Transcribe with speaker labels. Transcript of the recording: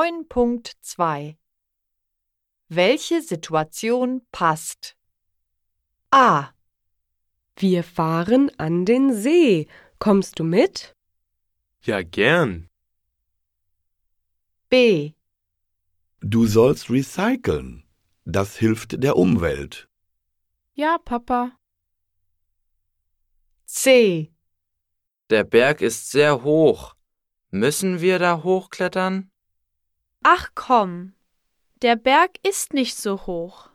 Speaker 1: 9.2 Welche Situation passt? A.
Speaker 2: Wir fahren an den See. Kommst du mit?
Speaker 3: Ja, gern.
Speaker 1: B.
Speaker 4: Du sollst recyceln. Das hilft der Umwelt.
Speaker 5: Ja, Papa.
Speaker 1: C.
Speaker 6: Der Berg ist sehr hoch. Müssen wir da hochklettern?
Speaker 5: Ach komm, der Berg ist nicht so hoch.